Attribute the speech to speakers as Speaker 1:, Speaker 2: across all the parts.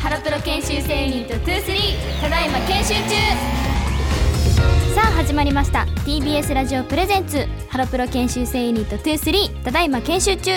Speaker 1: ハロプロ研修生ユニット23ただいま研修中さあ始まりました TBS ラジオプレゼンツハロプロ研修生ユニット23ただいま研修中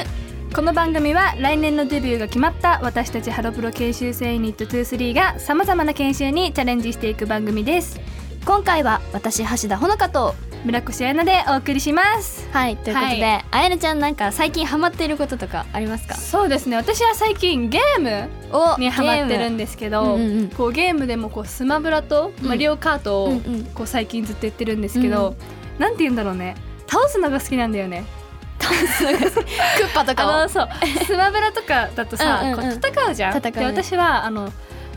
Speaker 2: この番組は来年のデビューが決まった私たちハロプロ研修生ユニット23がさまざまな研修にチャレンジしていく番組です
Speaker 1: 今回は私橋田ほのかと
Speaker 2: 村越彩奈でお送りします
Speaker 1: はいということで、
Speaker 2: は
Speaker 1: あやなちゃんなんか最近ハマっていることとかありますか
Speaker 2: そうですね私は最近ゲーム
Speaker 1: お
Speaker 2: にハマってるん
Speaker 1: で
Speaker 2: ですけど
Speaker 1: ゲームうんうんうん
Speaker 2: こうゲームでもこうスマブラと
Speaker 1: うん
Speaker 2: マリオカート
Speaker 1: うんう
Speaker 2: を
Speaker 1: ん
Speaker 2: こう最近ずっとやってるんですけ
Speaker 1: う
Speaker 2: ど
Speaker 1: ん
Speaker 2: なんて言うんだろうね倒すのが好きなんだよね
Speaker 1: クッパと
Speaker 2: あ
Speaker 1: か
Speaker 2: のそうスマブラとかだとさ
Speaker 1: うんうんうん
Speaker 2: こう戦うじゃん。
Speaker 1: 戦うね
Speaker 2: で私はあの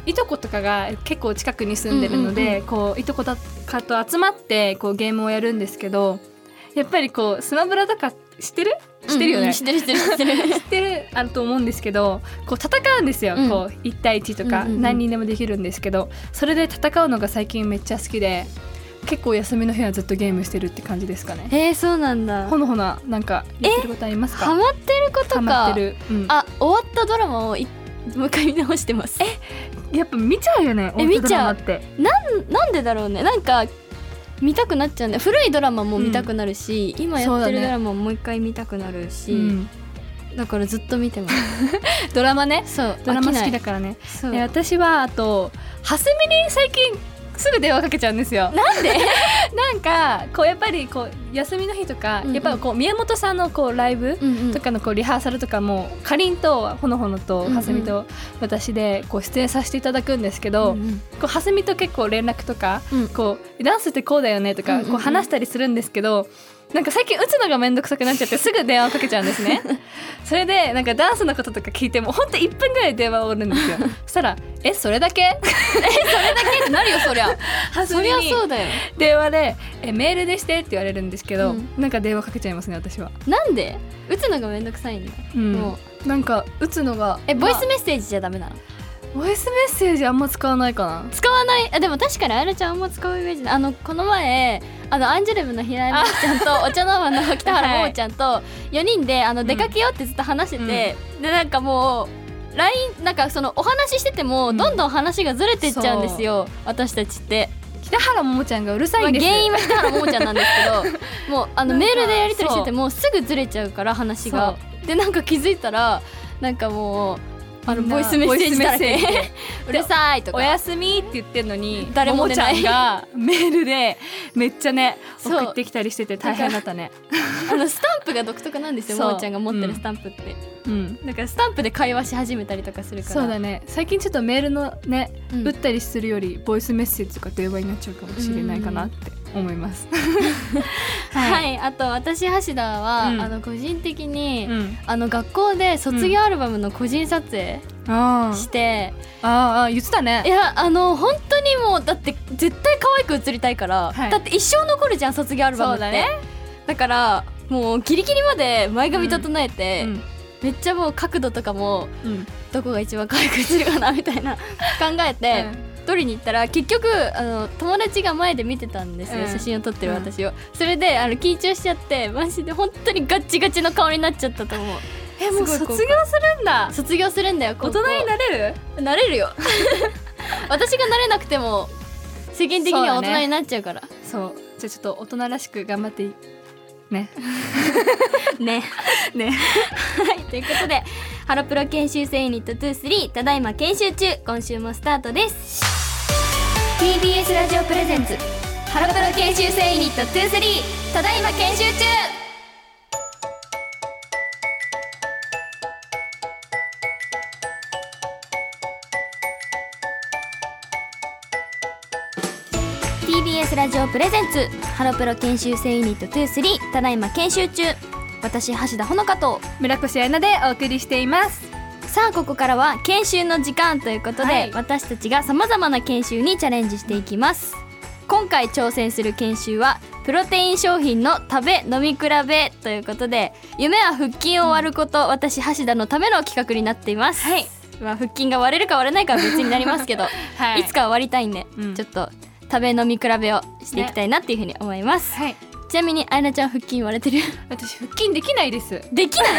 Speaker 2: いとことかが結構近くに住んでるので、
Speaker 1: うんうん
Speaker 2: こういとこだかと集まってこうゲームをやるんですけどやっぱりこうスマブラとか知ってる知ってるよね、
Speaker 1: うんうん知
Speaker 2: 知
Speaker 1: ってる知ってる知ってる
Speaker 2: ってるあると思うんですけどこう戦うんですよ、
Speaker 1: うん
Speaker 2: こう1対1とか
Speaker 1: うんうんうん
Speaker 2: 何人でもできるんですけど、それで戦うのが最近めっちゃ好きで結構休みの日はずっとゲームしてるって感じですかね。
Speaker 1: えー、そうなんだ
Speaker 2: ほのほななんかやってることありますか
Speaker 1: ハマってることか
Speaker 2: ハマってる、うん
Speaker 1: あ終わったドラマをいもう一回見直してますえ
Speaker 2: やっぱ見ちゃうよね。
Speaker 1: え
Speaker 2: オートドラマ
Speaker 1: 見
Speaker 2: って。
Speaker 1: なんでだろうねなんか見たくなっちゃうんだよ古いドラマも見たくなるし、今や
Speaker 2: そう
Speaker 1: っ
Speaker 2: だ
Speaker 1: て
Speaker 2: ね
Speaker 1: るドラマももう一回見たくなるし
Speaker 2: う
Speaker 1: だ,、
Speaker 2: ん
Speaker 1: からずっと見てます
Speaker 2: ドラマね。
Speaker 1: そう
Speaker 2: ドラマ好き
Speaker 1: 飽きな
Speaker 2: だ
Speaker 1: い
Speaker 2: からね。
Speaker 1: そう
Speaker 2: え私はあとハスミに最近すぐ電話かけちゃうんですよ。なんで？ なんかこうやっぱりこう休みの日とか、
Speaker 1: うんうん
Speaker 2: やっぱりこう宮本さんのこうライブ。
Speaker 1: うんうん
Speaker 2: とかのこうリハーサルとかもかりんとほのほのと
Speaker 1: うん
Speaker 2: はすみと私でこう出演させていただくんですけど、
Speaker 1: うんうん
Speaker 2: こうはすみと結構連絡とか、
Speaker 1: うん
Speaker 2: こうダンスってこうだよねと
Speaker 1: うん
Speaker 2: か
Speaker 1: うんうん
Speaker 2: こう話したりするんですけど、なんか最近打つのがめんどくさくなっちゃってすぐ電話をかけちゃうんで すねそれでなんかダンスのこととか聞いてもほんと1分ぐらい電話を折るんですよそしたら「えそれだけ?
Speaker 1: えなるよそりゃ」
Speaker 2: 初
Speaker 1: そり
Speaker 2: め
Speaker 1: ゃ
Speaker 2: に
Speaker 1: そうだよ
Speaker 2: 電話でえ「メールでして」って言われるんですけど、
Speaker 1: うん
Speaker 2: なんか電話かけちゃいますね私は、
Speaker 1: なんで打つのがめんどくさいんだ、
Speaker 2: うん
Speaker 1: もう
Speaker 2: なんか打つのが
Speaker 1: えボイ
Speaker 2: ま
Speaker 1: スメッセージじゃダメなの
Speaker 2: あボイスメッセージあんま使わないかな
Speaker 1: 使わないあでも確かにあるちゃんあんま使うイメージないあのこの前あのアンジュルムの平井真央ちゃん とお茶の間の北原真央ちゃんと4人であの
Speaker 2: ん
Speaker 1: 出かけようってずっと話してて、でなんかもう LINE なんかそのお話ししてても
Speaker 2: うん
Speaker 1: どんどん話がずれてっちゃうんですよ、私たちって、
Speaker 2: 北原ももちゃんがうるさ
Speaker 1: ま
Speaker 2: い
Speaker 1: あ、
Speaker 2: んです、
Speaker 1: 原因は北原真央ちゃんなんですけ どもうあの
Speaker 2: なん
Speaker 1: メ
Speaker 2: か
Speaker 1: ールでやり取りしててもすぐずれちゃうから話がでなんか気づいたらなんかもうあの
Speaker 2: みんな
Speaker 1: ボイスメッセージだらけ
Speaker 2: ボイスメッセージ
Speaker 1: うるさいと
Speaker 2: お
Speaker 1: か
Speaker 2: やすみって言ってんのに
Speaker 1: 誰も
Speaker 2: も
Speaker 1: 出
Speaker 2: もちゃ
Speaker 1: ない
Speaker 2: んがメールでめっちゃね
Speaker 1: そう
Speaker 2: 送ってきたりしてて大変だったね
Speaker 1: あのスタンプが独特なんですよ
Speaker 2: そう
Speaker 1: もーちゃんが持ってるスタンプって、
Speaker 2: うん
Speaker 1: だからスタンプで会話し始めたりとかするから
Speaker 2: そうだね最近ちょっとメールのね、
Speaker 1: うん
Speaker 2: 打ったりするよりボイスメッセージとか電話になっちゃうかもしれないかなって思います、
Speaker 1: はい、あと私橋田は、
Speaker 2: うん
Speaker 1: あの個人的に、
Speaker 2: うん
Speaker 1: あの学校で卒業アルバムの個人撮影
Speaker 2: あー
Speaker 1: して、
Speaker 2: あー言ってた
Speaker 1: い
Speaker 2: ね
Speaker 1: やあの本当にもうだって絶対可愛く写りたいから、
Speaker 2: はい
Speaker 1: だって一生残るじゃん卒業アルバムって
Speaker 2: そうだね
Speaker 1: だからもうギリギリまで前髪整えて、
Speaker 2: うん
Speaker 1: めっちゃもう角度とかも
Speaker 2: うん
Speaker 1: どこが一番可愛く写るかなみたいな考えて、撮りに行ったら結局あの友達が前で見てたんですよ、
Speaker 2: うん
Speaker 1: 写真を撮ってる私を、それであの緊張しちゃってマジで本当にガッチガチの顔になっちゃったと思う
Speaker 2: えもう
Speaker 1: す
Speaker 2: 卒
Speaker 1: ご
Speaker 2: 業
Speaker 1: い
Speaker 2: するんだ
Speaker 1: 卒業するんだよ
Speaker 2: 大
Speaker 1: 高校
Speaker 2: 人になれる
Speaker 1: なれるよ 私がなれなくても世間的には大人になっちゃうから
Speaker 2: そうじゃあちょっと大人らしく頑張っていね
Speaker 1: ね
Speaker 2: ね
Speaker 1: はいということでハロプロ研修生ユニット23ただいま研修中今週もスタートです TBS ラジオプレゼンツハロプロ研修生ユニット23ただいま研修中「TBS ラジオプレゼンツハロプロ研修生ユニット23ただいま研修中」私橋田ほのかと
Speaker 2: 村越彩奈でお送りしています
Speaker 1: さあここからは研修の時間ということで、
Speaker 2: はい
Speaker 1: 私たちがさまざまな研修にチャレンジしていきます今回挑戦する研修はプロテイン商品の食べ飲み比べということで夢は腹筋を割ること、私橋田のための企画になっています、
Speaker 2: はい
Speaker 1: まあ、腹筋が割れるか割れないかは別になりますけど、、
Speaker 2: はいい
Speaker 1: つかは割りたいんで、
Speaker 2: うん
Speaker 1: ちょっと食べ飲み比べをしていきたいなっていうふうに思います、
Speaker 2: はい
Speaker 1: ちなみにあやなちゃん腹筋割れてる
Speaker 2: 私腹筋できないです
Speaker 1: できないそ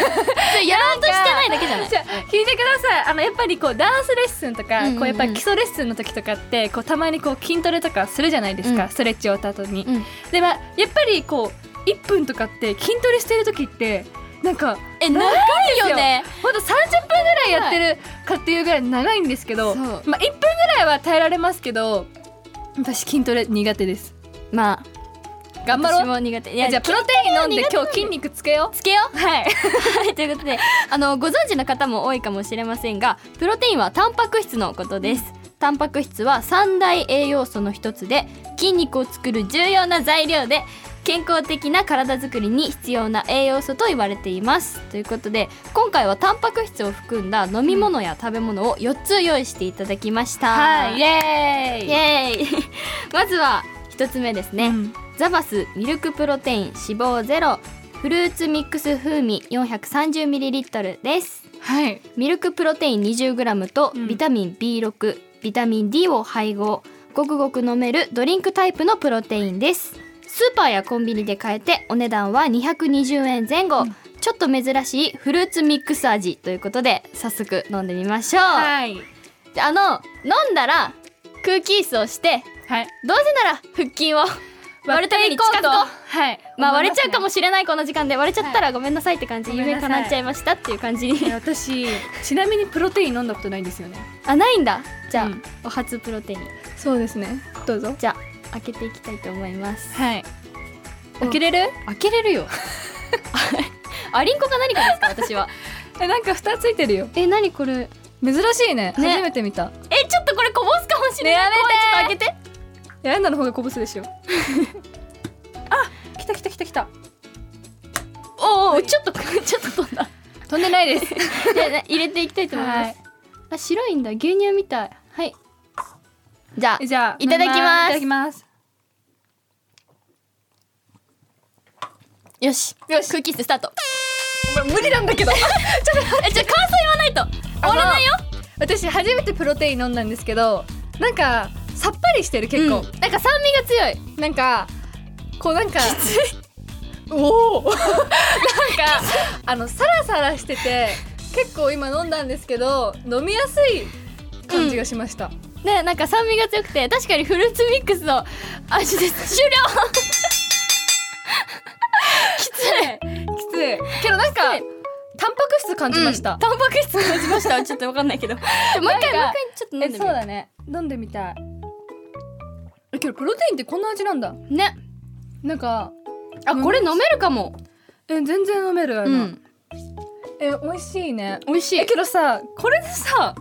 Speaker 1: れやろうとしてないだけじゃない
Speaker 2: じゃあ聞いてくださいあのやっぱりこうダンスレッスンとか、
Speaker 1: うんうんうん
Speaker 2: こうやっぱり基礎レッスンの時とかってこうたまにこう筋トレとかするじゃないですか、
Speaker 1: うん
Speaker 2: ストレッチ終わった後に、
Speaker 1: うん
Speaker 2: でまあやっぱりこう1分とかって筋トレしてる時ってなんか
Speaker 1: え長いよね
Speaker 2: ほんと30分ぐらいやってるかっていうぐらい長いんですけど、
Speaker 1: そう
Speaker 2: まあ、1分ぐらいは耐えられますけど私筋トレ苦手です
Speaker 1: まあ
Speaker 2: 頑張ろ
Speaker 1: 私
Speaker 2: う
Speaker 1: も苦手い
Speaker 2: いやじゃあプロテイン飲んで今日筋肉つけよ
Speaker 1: つけよう
Speaker 2: うはい
Speaker 1: はい、ということであのご存知の方も多いかもしれませんがプロテインはタンパク質のことですタンパク質は三大栄養素の一つで筋肉を作る重要な材料で健康的な体づくりに必要な栄養素と言われていますということで今回はタンパク質を含んだ飲み物や食べ物を4つ用意していただきました
Speaker 2: はいイ
Speaker 1: イ
Speaker 2: エーイ
Speaker 1: エーイまずは1つ目ですね、
Speaker 2: うん
Speaker 1: ザバスミルクプロテイン脂肪ゼロフルーツミックス風味 430ml です
Speaker 2: はい
Speaker 1: ミルクプロテイン 20g と
Speaker 2: うん
Speaker 1: ビタミン B6 ビタミン D を配合ごくごく飲めるドリンクタイプのプロテインですスーパーやコンビニで買えてお値段は220円前後、ちょっと珍しいフルーツミックス味ということで早速飲んでみましょう、
Speaker 2: はい
Speaker 1: であの飲んだら空気椅子をして
Speaker 2: はい
Speaker 1: どうせなら腹筋を割るために近づこう
Speaker 2: はい
Speaker 1: まあ割れちゃうか
Speaker 2: も
Speaker 1: もしれないこの時間で割れちゃったらごめんなさいって感じ、
Speaker 2: はい
Speaker 1: 夢叶っちゃいましたっていう感じ に
Speaker 2: 私ちなみにプロテイン飲んだことないんですよね
Speaker 1: あないんだじゃあ、
Speaker 2: うん
Speaker 1: お初プロテイン
Speaker 2: そうですねどうぞ
Speaker 1: じゃあ開けていきたいと思います
Speaker 2: はい開けれる
Speaker 1: 開けれるよありんこか何かですか私は
Speaker 2: えなんか蓋ついてるよ
Speaker 1: え何これ
Speaker 2: 珍しいね初
Speaker 1: ね
Speaker 2: めて見た
Speaker 1: えちょっとこれこぼすかもしれない、
Speaker 2: ね
Speaker 1: やめ
Speaker 2: やめ
Speaker 1: てちょっと開けて
Speaker 2: いやエンナの方がこぼすでしょ あ来た来た来た来た
Speaker 1: おーおーちょっと ちょっと飛んだ
Speaker 2: 飛んでないです
Speaker 1: でね入れていきたいと思います、
Speaker 2: はい
Speaker 1: あ白いんだ牛乳みたいはいじゃあ
Speaker 2: じゃあ
Speaker 1: いただきます
Speaker 2: いただきます
Speaker 1: よし
Speaker 2: よし
Speaker 1: 空気椅子スタート
Speaker 2: 無理なん だけど
Speaker 1: えじゃあ感想言わないと終わらないよ
Speaker 2: 私初めてプロテイン飲んだんですけどなんかさっぱりしてる結構、
Speaker 1: うんなんか酸味が強い
Speaker 2: なんかこうなんかおおなんかあのサラサラしてて結構今飲んだんですけど飲みやすい感じがしました、
Speaker 1: ね、なんか酸味が強くて確かにフルーツミックスの味です終了 きつい
Speaker 2: きついけどなんか
Speaker 1: きつい
Speaker 2: タンパク質感じました、
Speaker 1: うんタンパク質感じま したちょっとわかんないけどもう一回もう一回ちょっと飲ん
Speaker 2: え
Speaker 1: でみ
Speaker 2: そう
Speaker 1: よ
Speaker 2: だね飲んでみたいえけどプロテインってこんな味なんだ
Speaker 1: うね
Speaker 2: なんか
Speaker 1: あ
Speaker 2: うん
Speaker 1: これ飲めるかも
Speaker 2: え全然飲めるあ
Speaker 1: う
Speaker 2: の、
Speaker 1: ん
Speaker 2: え美味しいね
Speaker 1: 美味しい
Speaker 2: えけどさこれでさ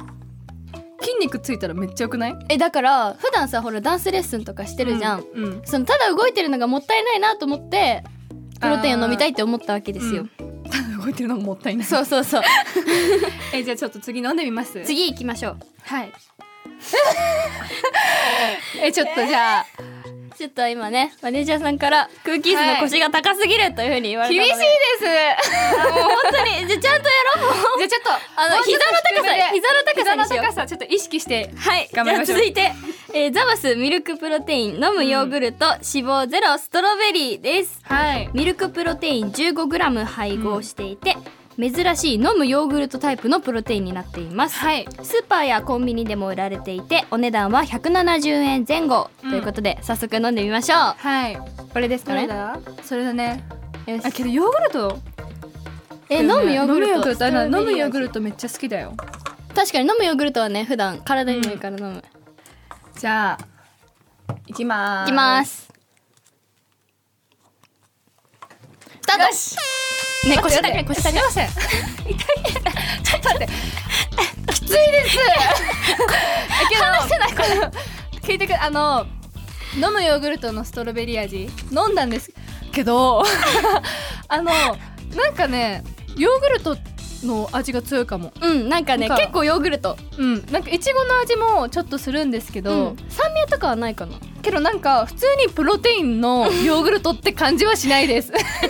Speaker 2: 筋肉ついたらめっちゃ良くない
Speaker 1: えだから普段さほらダンスレッスンとかしてるじゃん、
Speaker 2: うん、うん
Speaker 1: そのただ動いてるのがもったいないなと思ってプロテインを飲みたいって思ったわけですよ、
Speaker 2: ただ 動いてるのがもったいない
Speaker 1: そうそうそう
Speaker 2: えじゃあちょっと次飲んでみます
Speaker 1: 次行きましょう
Speaker 2: はいえちょっとじゃあ
Speaker 1: ちょっと今ねマネージャーさんから空気椅子の腰が高すぎるというふうに言われたの
Speaker 2: 厳
Speaker 1: で
Speaker 2: しいですじゃ
Speaker 1: あもう本当にじゃあちゃんとやろ うもう
Speaker 2: あちょっと
Speaker 1: あの
Speaker 2: もうちょっと
Speaker 1: 膝の高さ
Speaker 2: 低めで
Speaker 1: 膝の高さにしよう
Speaker 2: 膝の高さちょっと意識して
Speaker 1: はい、じゃ
Speaker 2: 頑張り
Speaker 1: あ
Speaker 2: ましょう
Speaker 1: 続いて、えーザバスミルクプロテイン飲むヨーグルト、脂肪ゼロストロベリーです
Speaker 2: はい
Speaker 1: ミルクプロテイン 15g 配合していて、珍しい飲むヨーグルトタイプのプロテインになっています、
Speaker 2: はい
Speaker 1: スーパーやコンビニでも売られていてお値段は170円前後、
Speaker 2: うん
Speaker 1: ということで早速飲んでみましょう
Speaker 2: はい
Speaker 1: これです
Speaker 2: ど
Speaker 1: か
Speaker 2: れ
Speaker 1: ね
Speaker 2: だそれだね
Speaker 1: よし
Speaker 2: あけどヨーグルト
Speaker 1: え飲むヨーグルト
Speaker 2: 飲むヨーグルトあの飲むヨーグル
Speaker 1: ト
Speaker 2: トめっちゃ好きだよ
Speaker 1: 確かに飲むヨーグルトはね普段体にもいいから飲む、い
Speaker 2: じゃあいきまーす
Speaker 1: きますスタート
Speaker 2: よし
Speaker 1: ね腰高
Speaker 2: 腰高
Speaker 1: い
Speaker 2: い
Speaker 1: 腰高
Speaker 2: 腰高
Speaker 1: い
Speaker 2: いません痛いちょっと待ってきついです話せないこれ聞いてくあの飲むヨーグルトのストロベリー味飲んだんですけど あのなんかねヨーグルトの味が強いかも
Speaker 1: うんなんかね
Speaker 2: なんか
Speaker 1: 結構ヨーグルト
Speaker 2: うんなんかいちごの味もちょっとするんですけど、
Speaker 1: うん酸味とかはないかな
Speaker 2: けどなんか普通にプロテインのヨーグルトって感じはしないです ちょっときつい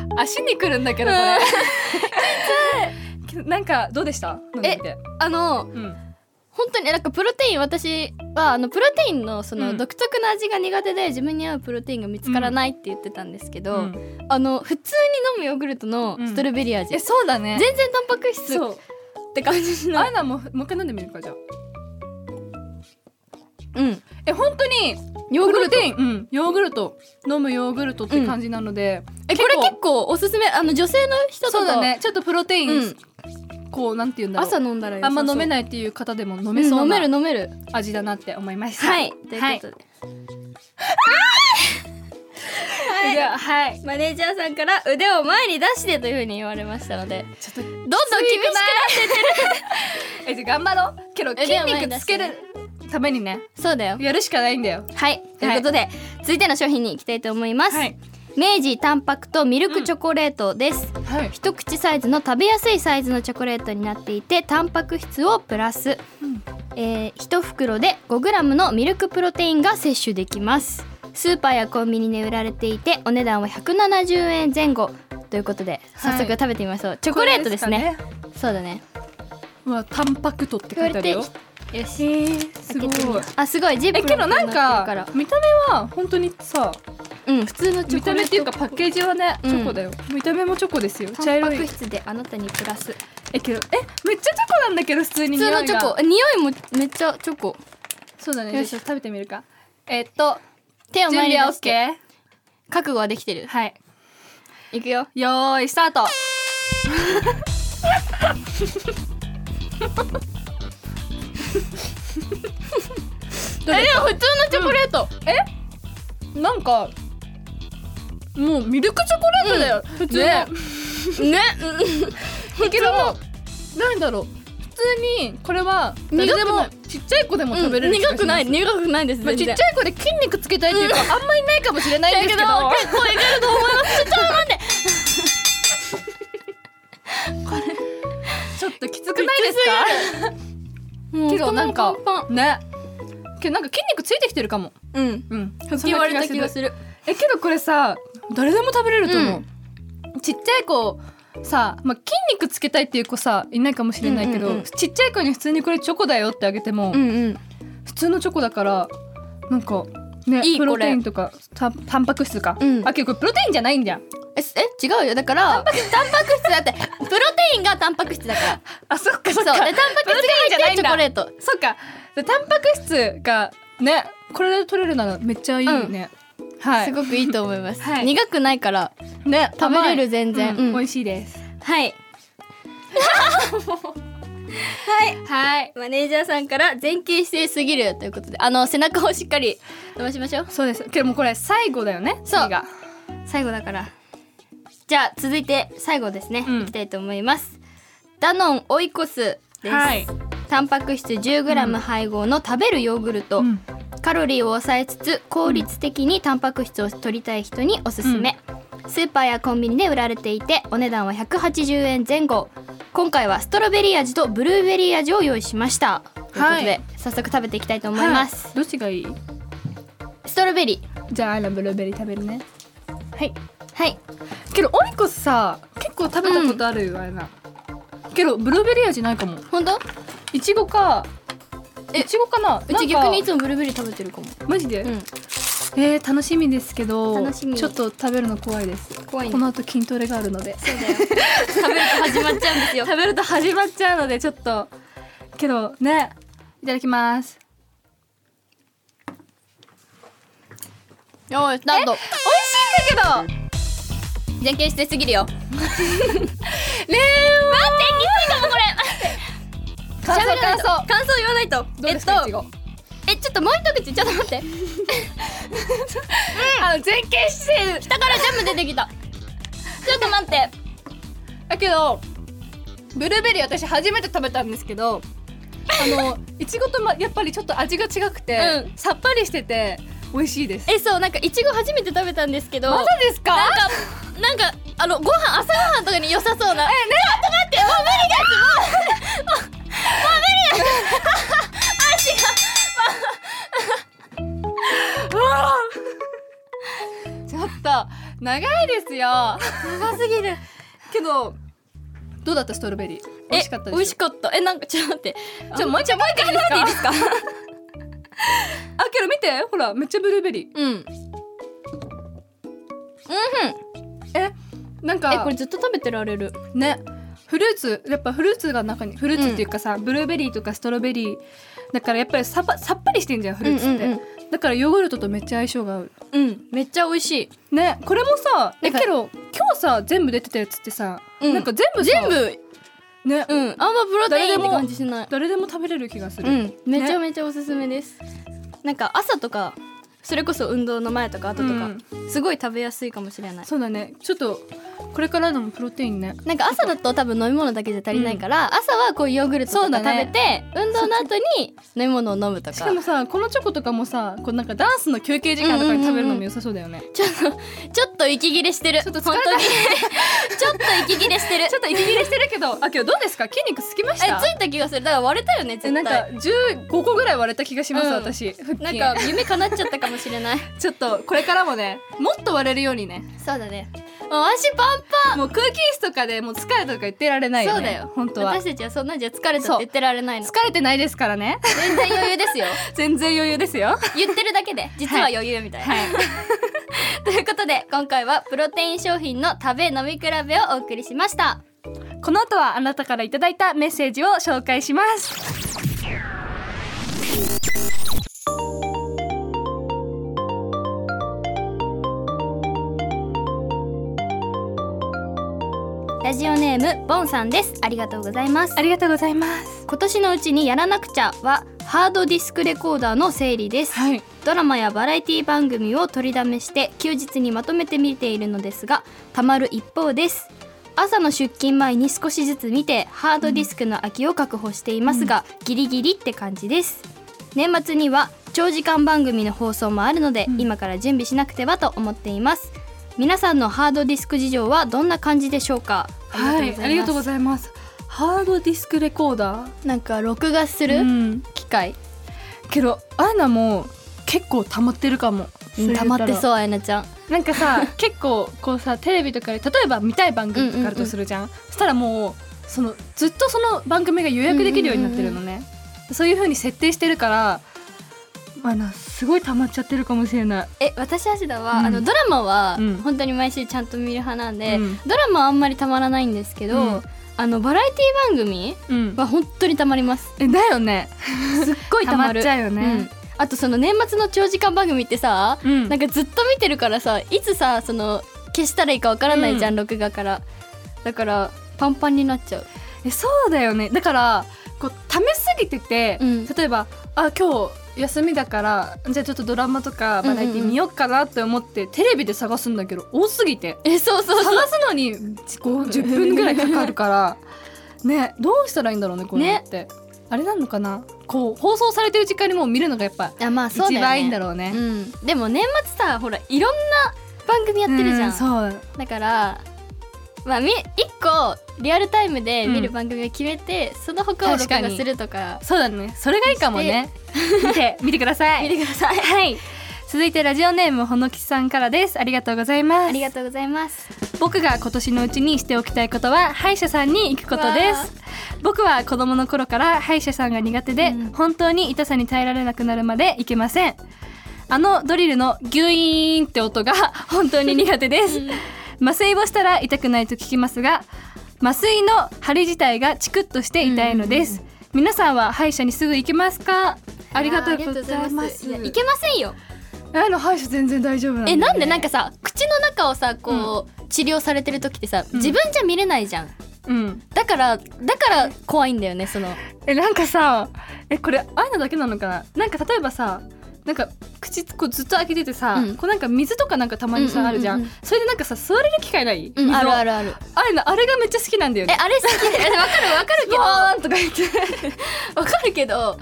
Speaker 2: なんか足にくるんだけどこ れきついなんかどうでした飲んでみて
Speaker 1: あの
Speaker 2: うん
Speaker 1: 本当になんかプロテイン私はあのプロテインのそうの
Speaker 2: ん
Speaker 1: 独特な味が苦手で自分に合うプロテインが見つからないって言ってたんですけど、
Speaker 2: うん
Speaker 1: あの普通に飲むヨーグルトのストロベリー味、
Speaker 2: えそうだね
Speaker 1: 全然タンパク質っ
Speaker 2: そう
Speaker 1: て感じし
Speaker 2: ア
Speaker 1: ない
Speaker 2: イナももう一回飲んでみるかじゃあ
Speaker 1: うん
Speaker 2: え本当に
Speaker 1: ヨーグルト
Speaker 2: プロテイン、うん、ヨーグルト飲むヨーグルトって感じなので、
Speaker 1: えこれ結構おすすめあの女性の人とか
Speaker 2: そうだねちょっとプロテイン、
Speaker 1: うん
Speaker 2: こうなんていうんだろう
Speaker 1: 朝飲んだら
Speaker 2: あんま飲め
Speaker 1: い
Speaker 2: ないっていう方でも飲
Speaker 1: 飲
Speaker 2: めそう
Speaker 1: 飲め
Speaker 2: な
Speaker 1: る飲める
Speaker 2: 味だなって思いました
Speaker 1: はいということで、
Speaker 2: はいじゃあはい
Speaker 1: マネージャーさんから腕を前に出してというふうに言われましたので
Speaker 2: ちょっと
Speaker 1: どんどん厳しくな
Speaker 2: えじゃあ頑張ろうけど
Speaker 1: え
Speaker 2: 筋
Speaker 1: でもいいんだ
Speaker 2: 肉つけるためにね
Speaker 1: そうだよ
Speaker 2: やるしかないんだよ
Speaker 1: はいということで、続いての商品に行きたいと思います、
Speaker 2: はい
Speaker 1: 明治タンパクトミルクチョコレートです、
Speaker 2: はい
Speaker 1: 一口サイズの食べやすいサイズのチョコレートになっていてタンパク質をプラス、
Speaker 2: うん
Speaker 1: えー一袋で 5g のミルクプロテインが摂取できますスーパーやコンビニで売られていてお値段は170円前後ということで早速
Speaker 2: はい
Speaker 1: 食べてみましょう、チョコレートですね
Speaker 2: これですか
Speaker 1: そうだね
Speaker 2: うわタンパクトって書いてあるよ
Speaker 1: よし
Speaker 2: えー、す
Speaker 1: 開けてみ
Speaker 2: ご
Speaker 1: よ
Speaker 2: いう
Speaker 1: あすごいジップ
Speaker 2: えけどなん
Speaker 1: ロックにな
Speaker 2: か
Speaker 1: ってる
Speaker 2: 見た目は本当にさ
Speaker 1: らうん普通のチョ
Speaker 2: 見
Speaker 1: コ
Speaker 2: た
Speaker 1: レ
Speaker 2: 目
Speaker 1: ー
Speaker 2: っ
Speaker 1: ト
Speaker 2: ていうかパッケージはね、
Speaker 1: うん
Speaker 2: チョコだよ見た目もチョコですよ
Speaker 1: タ
Speaker 2: 茶
Speaker 1: ンパ
Speaker 2: 色
Speaker 1: ク
Speaker 2: い
Speaker 1: 質であなたにプラス
Speaker 2: えけどえめっちゃチョコなんだけど普通に
Speaker 1: 普
Speaker 2: 匂
Speaker 1: 通
Speaker 2: いが
Speaker 1: のチョコえ匂いもめっちゃチョコ
Speaker 2: そうだね
Speaker 1: よし
Speaker 2: じゃあ食べてみるかえっと
Speaker 1: 手を
Speaker 2: 準
Speaker 1: 前に
Speaker 2: 備は
Speaker 1: 出して
Speaker 2: OK
Speaker 1: 覚悟はできてる
Speaker 2: はい
Speaker 1: いくよ
Speaker 2: よーいスタート
Speaker 1: も普通
Speaker 2: どれ
Speaker 1: のチョコレート、
Speaker 2: なんかもうミルクチョコレートだよ、普通の、
Speaker 1: ねね、
Speaker 2: けどなんだろう普通にこれは
Speaker 1: 苦くない
Speaker 2: 誰でもちっちゃい子でも食べれる気がし
Speaker 1: 苦
Speaker 2: ます
Speaker 1: くない苦くないです
Speaker 2: まあ、
Speaker 1: 全
Speaker 2: ち
Speaker 1: 然
Speaker 2: っちゃい子で筋肉つけたいっていう子はあんまりないかもしれないんですけど
Speaker 1: だ
Speaker 2: 結構いけると思いますちょっと待ってこれちょっときつくないです
Speaker 1: もう
Speaker 2: かけどなんか
Speaker 1: 太ももパン
Speaker 2: ねけどなんか筋肉ついてきてるかも
Speaker 1: パンうん
Speaker 2: うん
Speaker 1: 言われた気がする
Speaker 2: えけどこれさ誰でも食べれると思う、ちっちゃい子さ、まあ、筋肉つけたいっていう子さいないかもしれないけ
Speaker 1: うん
Speaker 2: ど、
Speaker 1: うんうん
Speaker 2: ちっちゃい子に普通にこれチョコだよってあげても、
Speaker 1: うんうん
Speaker 2: 普通のチョコだからなんか、ね、
Speaker 1: いい
Speaker 2: プロテイ
Speaker 1: こ
Speaker 2: ンとかたタンパク質か、
Speaker 1: うん
Speaker 2: あ結構プロテインじゃないんじゃん
Speaker 1: えすえ違うよだからタンパク質だって プロテインがタンパク質だから
Speaker 2: あそっか
Speaker 1: そうでタンパク質が入ってるチョコレート
Speaker 2: そっかでタンパク質がねこれで取れるならめっちゃいいね、はい
Speaker 1: すごくいいと思います、
Speaker 2: はい
Speaker 1: 苦くないから
Speaker 2: ね
Speaker 1: 食べれる全
Speaker 2: 甘い
Speaker 1: 然、
Speaker 2: うん
Speaker 1: うん
Speaker 2: 美味しいです
Speaker 1: はい
Speaker 2: はい
Speaker 1: マネージャーさんから前傾姿勢すぎるということであの背中をしっかり伸ばしましょう
Speaker 2: そうですけどもうこれ最後だよね
Speaker 1: そう
Speaker 2: 次が
Speaker 1: 最後だからじゃあ続いて最後ですね、
Speaker 2: うん
Speaker 1: いきたいと思いますダノンオイコスです、
Speaker 2: はい
Speaker 1: タンパク質 10g 配合の食べるヨーグルト、
Speaker 2: うん
Speaker 1: カロリーを抑えつつ効率的にタンパク質を取りたい人におすすめ、スーパーやコンビニで売られていてお値段は180円前後今回はストロベリー味とブルーベリー味を用意しましたということで、
Speaker 2: はい
Speaker 1: 早速食べていきたいと思います、
Speaker 2: はいどっちがいい
Speaker 1: ストロベリー
Speaker 2: じゃあアイラブルーベリー食べるねはい
Speaker 1: はい
Speaker 2: けどオイコスさ結構食べたことあるよ、あれなけどブルーベリー味ないかも
Speaker 1: 本当
Speaker 2: いちごか
Speaker 1: え
Speaker 2: いちごかな
Speaker 1: う
Speaker 2: なんか
Speaker 1: ち逆にいつもブルーベリー食べてるかも
Speaker 2: マジで、
Speaker 1: うん
Speaker 2: えー、楽しみですけど
Speaker 1: 楽しみ
Speaker 2: ちょっと食べるの怖いです
Speaker 1: 怖いね
Speaker 2: この後筋トレがあるので
Speaker 1: そうだよ食べると始まっちゃうん ですよ
Speaker 2: 食べると始まっちゃうのでちょっとけどねいただきます
Speaker 1: おいスタート
Speaker 2: 美味しいんだけど
Speaker 1: 前傾してすぎる よ
Speaker 2: レ
Speaker 1: かもこれ
Speaker 2: ー感想
Speaker 1: 喋らない
Speaker 2: 感
Speaker 1: と
Speaker 2: 想
Speaker 1: 感想言わないと
Speaker 2: どうですか、
Speaker 1: えっ
Speaker 2: いち
Speaker 1: と
Speaker 2: ご
Speaker 1: えちょっともう一口ちょっと待って
Speaker 2: あの前傾姿勢
Speaker 1: 下からジャム出てきたちょっと待って
Speaker 2: だけどブルーベリー私初めて食べたんですけど あのいちごと、ま、やっぱりちょっと味が違くて、
Speaker 1: う
Speaker 2: さっぱりしてて美味しいです
Speaker 1: えそうなんかいちご初めて食べたんですけど
Speaker 2: まだですか
Speaker 1: なんかなんかあのご飯朝ごはんとかに良さそうなえねちょっと待
Speaker 2: ちょっと長いですよ
Speaker 1: ってもう無理です長すぎる
Speaker 2: けどどうだったストロベリー美味しかっ
Speaker 1: え
Speaker 2: たで
Speaker 1: 美
Speaker 2: す
Speaker 1: 味しかったえなんかちょっと待ってち
Speaker 2: ち
Speaker 1: ょ
Speaker 2: ょ
Speaker 1: も
Speaker 2: も
Speaker 1: う
Speaker 2: う
Speaker 1: 一
Speaker 2: 一
Speaker 1: 回もう一回
Speaker 2: 回
Speaker 1: いいですか
Speaker 2: あけど見てほらめっちゃブルーベリ
Speaker 1: うんうん
Speaker 2: ーえなんか
Speaker 1: えこれずっと食べてられる
Speaker 2: ねフルーツやっぱフルーツが中にフルーツっていうかさ、ブルーベリーとかストロベリーだからやっぱりさっぱさっぱりしてんじゃんフルーツって、
Speaker 1: うんうん
Speaker 2: だからヨーグルトとめっちゃ相性が合う
Speaker 1: うんめっちゃ美味しい
Speaker 2: ねこれもさ
Speaker 1: な
Speaker 2: え
Speaker 1: んか
Speaker 2: けど今日さ全部出てたやつってさ、
Speaker 1: うん
Speaker 2: なんか全部さ
Speaker 1: 全部
Speaker 2: ね、
Speaker 1: うんあんまプロテインって
Speaker 2: 誰でも
Speaker 1: 感じしない
Speaker 2: 誰でも食べれる気がする、
Speaker 1: うんめちゃ
Speaker 2: ね
Speaker 1: めちゃおすすめですなんか朝とかそれこそ運動の前とか後とか、すごい食べやすいかもしれない
Speaker 2: そうだねちょっとこれからのプロテインね
Speaker 1: なんか朝だと多分飲み物だけじゃ足りないから、朝はこうヨーグルトとか
Speaker 2: そう
Speaker 1: 食
Speaker 2: だ
Speaker 1: べ
Speaker 2: ね
Speaker 1: て、運動の後に飲み物を飲むとか
Speaker 2: しかもさこのチョコとかもさこうなんかダンスの休憩時間とかに食べるのも良さそうだよね、
Speaker 1: ちょっとちょっと息切れしてる
Speaker 2: ちょっと疲
Speaker 1: 本
Speaker 2: れた
Speaker 1: 当 にちょっと息切れしてる
Speaker 2: ちょっと息切れしてるけどあけどどうですか筋肉つきまし
Speaker 1: えつ
Speaker 2: た
Speaker 1: いた気がするだから割れたよね絶
Speaker 2: え
Speaker 1: 対
Speaker 2: なんか15個ぐらい割れた気がします、
Speaker 1: うん
Speaker 2: 私腹筋
Speaker 1: なんか夢叶っちゃったかもしれない
Speaker 2: ちょっとこれからもねもっと割れるようにね
Speaker 1: そうだねもう足パン
Speaker 2: もう空気椅子とかでもう疲れたとか言ってられないよね
Speaker 1: そうだよ
Speaker 2: 本当は
Speaker 1: 私たちはそんなんじゃ疲れたって言ってられないの
Speaker 2: 疲れてないですからね
Speaker 1: 全然余裕ですよ
Speaker 2: 全然余裕ですよ
Speaker 1: 言ってるだけで実は余裕みたいな、
Speaker 2: はい
Speaker 1: ということで今回はプロテイン商品の食べ飲み比べをお送りしました
Speaker 2: この後はあなたからいただいたメッセージを紹介します
Speaker 1: ラジオネームボンさんですありがとうございます
Speaker 2: ありがとうございます
Speaker 1: 今年のうちにやらなくちゃはハードディスクレコーダーの整理です、
Speaker 2: はい
Speaker 1: ドラマやバラエティ番組を取りだめして休日にまとめて見ているのですがたまる一方です朝の出勤前に少しずつ見てハードディスクの空きを確保していますが、ギリギリって感じです年末には長時間番組の放送もあるので、
Speaker 2: うん
Speaker 1: 今から準備しなくてはと思っています皆さんのハードディスク事情はどんな感じでしょうか
Speaker 2: はいありがとうご
Speaker 1: ざい
Speaker 2: ざいますハードディスクレコーダー
Speaker 1: ますなんか録画する
Speaker 2: ん
Speaker 1: 機械、
Speaker 2: けどアーナも結構溜まってるかも
Speaker 1: 溜まって
Speaker 2: う
Speaker 1: そうあやなちゃん
Speaker 2: なんか さ結構こうさテレビとかで例えば見たい番組とかあるとするじゃん,、そしたらもうそのずっとその番組が予約できるようになってるのね、そういう風に設定してるからあのすごい溜まっちゃってるかもしれない
Speaker 1: え私芦田は、
Speaker 2: うん
Speaker 1: あのドラマは、
Speaker 2: うん
Speaker 1: 本当に毎週ちゃんと見る派なんで、
Speaker 2: うん
Speaker 1: ドラマはあんまりたまらないんですけど、
Speaker 2: うん
Speaker 1: あのバラエティ番組
Speaker 2: うん
Speaker 1: は本当にたまります
Speaker 2: えだよね
Speaker 1: すっごいたまる
Speaker 2: 溜まっちゃうよ
Speaker 1: う
Speaker 2: ね
Speaker 1: ん、あとその年末の長時間番組ってさ、
Speaker 2: うん
Speaker 1: なんかずっと見てるからさいつさその消したらいいかわからないじゃん、
Speaker 2: う
Speaker 1: 録画からだからパンパンになっちゃう
Speaker 2: えそうだよねだからこう溜めすぎてて、
Speaker 1: うん
Speaker 2: 例えばあ今日休みだからじゃあちょっとドラマとかバラエティ見よっかなって思って、テレビで探すんだけど多すぎて
Speaker 1: えそうそうそう
Speaker 2: 探すのにこう10分ぐらいかかるから ねどうしたらいいんだろうねこれって、あれなのかなこう放送されてる時間にもう見るのがやっぱ
Speaker 1: あまあ
Speaker 2: 一
Speaker 1: そうだよね
Speaker 2: 番いいんだろうね
Speaker 1: うん、でも年末さほらいろんな番組やってるじゃ
Speaker 2: うんそう
Speaker 1: だからまあみ一個リアルタイムで見る番組を決めて、その他を録
Speaker 2: 確か
Speaker 1: 画
Speaker 2: に
Speaker 1: するとか
Speaker 2: そうだねそれがいいかもね 見て見てください
Speaker 1: 見てください
Speaker 2: はい続いてラジオネームほのきさんからですありがとうございま す
Speaker 1: ありがとうございます
Speaker 2: 僕が今年のうちにしておきたいことは歯医者さんに行くことで
Speaker 1: わあ
Speaker 2: す僕は子供の頃から歯医者さんが苦手で、
Speaker 1: うん
Speaker 2: 本当に痛さに耐えられなくなるまで行けませんあのドリルのギュイーンって音が 本当に苦手です、麻酔をしたら痛くないと聞きますが麻酔の針自体がチクッとして痛いのです、皆さんは歯医者にすぐ行けますかありがとうございます
Speaker 1: いやいけませんよ
Speaker 2: あの歯医者全然大丈夫なんだ
Speaker 1: え
Speaker 2: よね
Speaker 1: なんでなんかさ口の中をさこう、治療されてる時ってさ
Speaker 2: ん
Speaker 1: 自分じゃ見れないじゃん、
Speaker 2: うん
Speaker 1: だからだから怖いんだよねその
Speaker 2: えなんかさえこれアイナだけなのかななんか例えばさなんか口こうずっと開けててさ、
Speaker 1: うん
Speaker 2: こうなんか水とかなんかたまにさ、
Speaker 1: うんうんうんうん
Speaker 2: あるじゃんそれでなんかさ座れる機会ない、
Speaker 1: うん
Speaker 2: 水を
Speaker 1: あるあるある
Speaker 2: アイナあれがめっちゃ好きなんだよ
Speaker 1: え
Speaker 2: ね
Speaker 1: あれ好きわかるわかるけど
Speaker 2: バーンとか言って
Speaker 1: わかるけどわ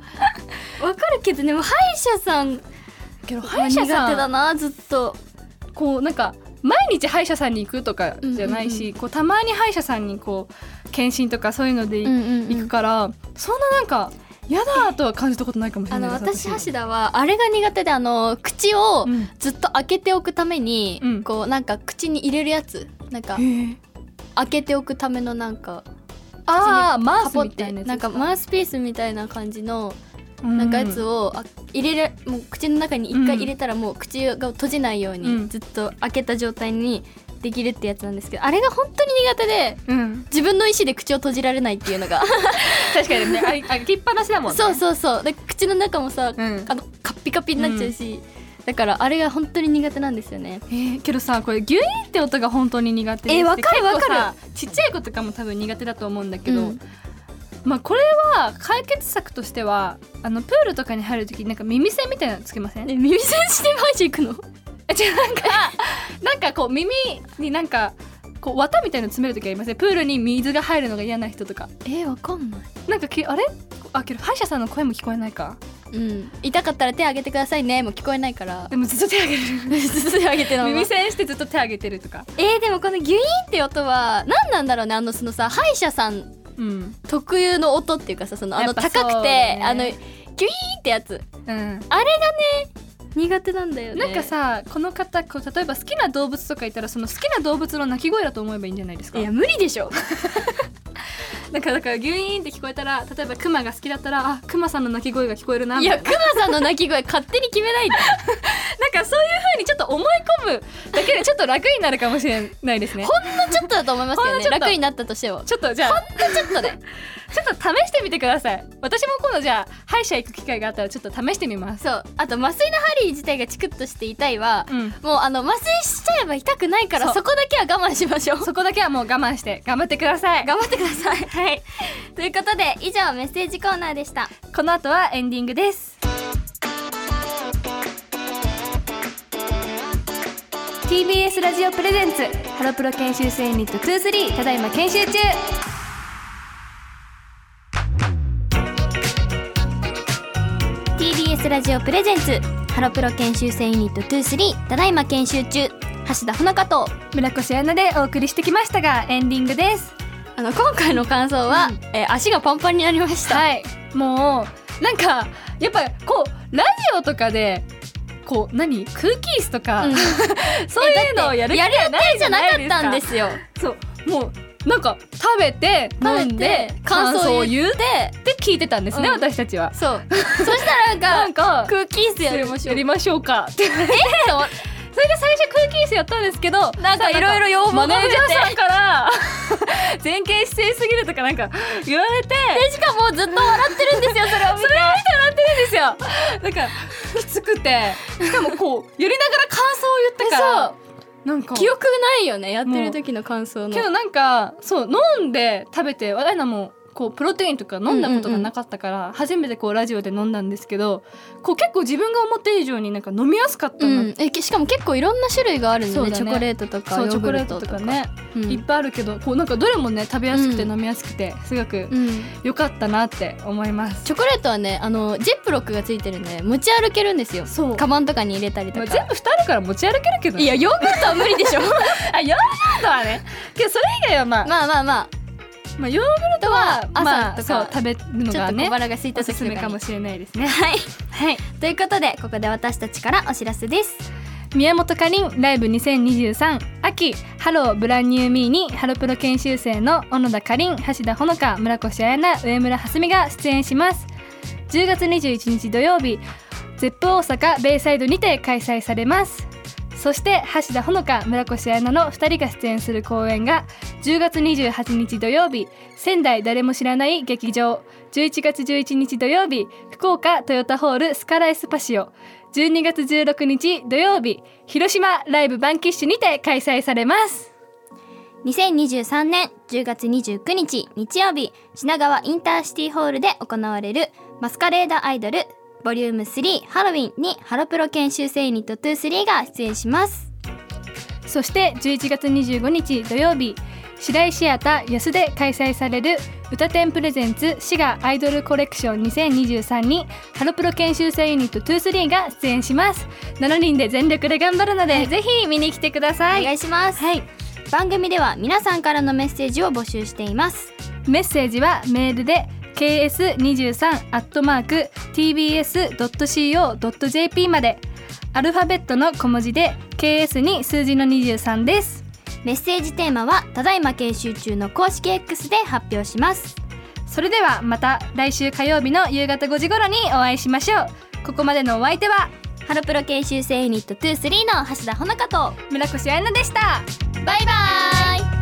Speaker 1: かるけどでも歯医者さん
Speaker 2: けど歯
Speaker 1: は
Speaker 2: 医者
Speaker 1: 苦手
Speaker 2: さ
Speaker 1: だ
Speaker 2: ん
Speaker 1: なずっと
Speaker 2: こうなんか毎日歯医者さんに行くとかじゃないし、
Speaker 1: うん
Speaker 2: こうたまに歯医者さんにこう検診とかそういうのでい
Speaker 1: うんうんうん
Speaker 2: 行くから、そんななんか嫌だとは感じたことないかもし
Speaker 1: あ
Speaker 2: れな
Speaker 1: の
Speaker 2: いです
Speaker 1: 私橋田はあれが苦手であの口を
Speaker 2: うん
Speaker 1: ずっと開けておくために、
Speaker 2: うん
Speaker 1: こうなんか口に入れるやつなんか
Speaker 2: へえ
Speaker 1: 開けておくためのなんか
Speaker 2: ああマ
Speaker 1: カ
Speaker 2: ウス
Speaker 1: ポっ
Speaker 2: みた
Speaker 1: て
Speaker 2: いなやつ
Speaker 1: なんかマウスピースみたいな感じの
Speaker 2: うん
Speaker 1: なんかやつをあ入れるもう口の中に一回入れたらもう口が閉じないよう
Speaker 2: う
Speaker 1: に
Speaker 2: ん
Speaker 1: ずっと開けた状態にできるってやつなんですけどあれが本当に苦手で
Speaker 2: うん
Speaker 1: 自分の意思で口を閉じられないっていうのが
Speaker 2: 確かにねあれあれ切っぱなしだもんね
Speaker 1: そうそうそうで口の中もさ、
Speaker 2: うん
Speaker 1: あのカッピカピになっちゃうし、だからあれが本当に苦手なんですよね
Speaker 2: えーけどさこれギュイーンって音が本当に苦手で
Speaker 1: えーわかるわかる
Speaker 2: 結構さちっちゃい子とかも多分苦手だと思うんだけど、
Speaker 1: うん
Speaker 2: まあこれは解決策としてはあのプールとかに入る時になんか耳栓みたいなのつけません
Speaker 1: え耳栓してマジ行くの
Speaker 2: え違うなんかなんかこう耳になんかこう綿みたいの詰める時ありませんプールに水が入るのが嫌な人とか
Speaker 1: えわかんない
Speaker 2: なんかきあれあけど歯医者さんの声も聞こえないか
Speaker 1: うん痛かったら手挙げてくださいねもう聞こえないから
Speaker 2: でもずっと手挙げ る
Speaker 1: ずっと手挙げてのまま
Speaker 2: 耳栓してずっと手挙げてるとか
Speaker 1: えー、でもこのギュイーンって音は何なんだろうねあのそのさ歯医者さん
Speaker 2: うん
Speaker 1: 特有の音っていうかさそのあ
Speaker 2: や
Speaker 1: の
Speaker 2: っぱそう
Speaker 1: 高くて、
Speaker 2: だね
Speaker 1: あのギュイーンってやつ
Speaker 2: うん
Speaker 1: 苦手なんだよね
Speaker 2: なんかさこの方こう例えば好きな動物とかいたらその好きな動物の鳴き声だと思えばいいんじゃないですか
Speaker 1: いや無理でしょ
Speaker 2: なんかだからギュイーンって聞こえたら例えばクマが好きだったらあクマさんの鳴き声が聞こえるないみたい
Speaker 1: や
Speaker 2: な
Speaker 1: クマさんの鳴き声勝手に決めないで
Speaker 2: なんかそういう風にちょっと思い込むだ けでちょっと楽になるかもしれないですね
Speaker 1: ほんのちょっとだと思いますけど
Speaker 2: ほんの
Speaker 1: ね
Speaker 2: ちょっと
Speaker 1: 楽になったとしては
Speaker 2: ちょっとじゃあ
Speaker 1: ちょっとね
Speaker 2: ちょっと試してみてください私も今度じゃあ歯医者行く機会があったらちょっと試してみます
Speaker 1: そうあと麻酔の針自体がチクッとして痛いは、
Speaker 2: うん
Speaker 1: もうあの麻酔しちゃえば痛くないから
Speaker 2: そ
Speaker 1: そうこだけは我慢しましょう
Speaker 2: そこだけはもう我慢して頑張ってください
Speaker 1: 頑張ってください はいということで以上メッセージコーナーでした
Speaker 2: この後はエンディングです。TBS ラジオプレゼンツハロプロ研修生ユニット23ただいま研修中
Speaker 1: ー TBS ラジオプレゼンツハロプロ研修生ユニット23ただいま研修中橋田穂香と
Speaker 2: 村越アナでお送りしてきましたがエンディングです
Speaker 1: あの今回の感想は、
Speaker 2: うん
Speaker 1: えー足がパンパンになりました、
Speaker 2: はいもうなんかやっぱこうラジオとかでこう何空気椅子とか、
Speaker 1: うん
Speaker 2: そういうのをやる気
Speaker 1: やる
Speaker 2: はない
Speaker 1: じ
Speaker 2: じ
Speaker 1: ゃ
Speaker 2: ゃ
Speaker 1: な
Speaker 2: な
Speaker 1: か
Speaker 2: い
Speaker 1: っ
Speaker 2: ですか
Speaker 1: たんですよ
Speaker 2: そうもうなんか食べて飲んで感想を言う
Speaker 1: うで
Speaker 2: って聞いてたんですね、
Speaker 1: うん
Speaker 2: 私たちは。
Speaker 1: そう そしたらな
Speaker 2: なんん
Speaker 1: か
Speaker 2: か
Speaker 1: 空気椅子やりましょう
Speaker 2: やりましょうか ってそれで最初空気椅子やったんですけど
Speaker 1: なんかいろいろ要望
Speaker 2: マネ
Speaker 1: が
Speaker 2: ー
Speaker 1: 増え
Speaker 2: ジ
Speaker 1: て
Speaker 2: ャーさんから 前傾姿勢すぎるとかなんか言われて
Speaker 1: でしかもずっと笑ってるんですよそれを見
Speaker 2: それを見て
Speaker 1: て
Speaker 2: 笑ってるんですよなんかきつくてしかもこ うやりながら感想を言ったからなんか
Speaker 1: 記憶ないよねやってる時の感想の
Speaker 2: けどなんかそう飲んで食べて我らもこうプロテインとか飲んだことがなかったから、初めてこうラジオで飲んだんですけどこう結構自分が思って以上になんか飲みやすかった
Speaker 1: う
Speaker 2: なって
Speaker 1: ん、えけしかも結構いろんな種類があるんで、
Speaker 2: そう
Speaker 1: ね
Speaker 2: だね
Speaker 1: チョコレートとか
Speaker 2: そ
Speaker 1: ヨ
Speaker 2: うチ
Speaker 1: ー
Speaker 2: ョコ
Speaker 1: グ
Speaker 2: レ
Speaker 1: ル
Speaker 2: ー
Speaker 1: ト
Speaker 2: ト
Speaker 1: と
Speaker 2: と
Speaker 1: か
Speaker 2: かね、
Speaker 1: うん
Speaker 2: いっぱいあるけどこうなんかどれもね食べやすくて
Speaker 1: うん
Speaker 2: 飲みやすくて、すごく
Speaker 1: うん
Speaker 2: 良かったなって思います。
Speaker 1: チョコレートはねあのジップロックがついてるんで持ち歩けるんですよ
Speaker 2: そう
Speaker 1: カバンとかに入れたり
Speaker 2: ま
Speaker 1: と
Speaker 2: あ、
Speaker 1: か
Speaker 2: 全部蓋あるから持ち歩けるけど
Speaker 1: いやヨーグルトは無理でしょ
Speaker 2: あヨーグルトはねけどそれ以外はまあ、ま
Speaker 1: まあまあまあ
Speaker 2: あ、ヨーグルトは
Speaker 1: 朝
Speaker 2: ま
Speaker 1: と
Speaker 2: あ、
Speaker 1: か
Speaker 2: そう食べるの
Speaker 1: ちょっ
Speaker 2: が
Speaker 1: と小
Speaker 2: ね
Speaker 1: 腹が空い
Speaker 2: お
Speaker 1: た
Speaker 2: す
Speaker 1: 時
Speaker 2: す
Speaker 1: とかに
Speaker 2: めかもしれないですね。
Speaker 1: はい
Speaker 2: はい
Speaker 1: ということでここで私たちからお知らせです
Speaker 2: 宮本かりんライブ2023秋ハローブランニューミーにハロプロ研修生の小野田かりん橋田ほのか村越彩菜上村はすみが出演します10月21日土曜日ゼップ大阪ベイサイドにて開催されますそして橋田ほのか村越彩菜の2人が出演する公演が10月28日土曜日仙台誰も知らない劇場11月11日土曜日福岡トヨタホールスカライスパシオ12月16日土曜日広島ライブバンキッシュにて開催されます
Speaker 1: 2023年10月29日日曜日品川インターシティホールで行われるマスカレードアイドルボリューム3ハロウィンにハロプロ研修生ユニット23が出演します
Speaker 2: そして11月25日土曜日白井シアター安で開催される歌天プレゼンツ滋賀アイドルコレクション2023にハロプロ研修生ユニット23が出演します7人で全力で頑張るので、ぜひ見に来てくださ
Speaker 1: お願いします、
Speaker 2: はい
Speaker 1: 番組では皆さんからのメッセージを募集しています
Speaker 2: メッセージはメールで ks23-tbs.co.jp までアルファベットの小文字で ks に数字の23です
Speaker 1: メッセージテーマはただいま研修中の公式 X で発表します
Speaker 2: それではまた来週火曜日の夕方5時頃にお会いしましょうここまでのお相手は
Speaker 1: ハロプロ研修生ユニット23の橋田穂香と
Speaker 2: 村越愛菜でした
Speaker 1: バイバイ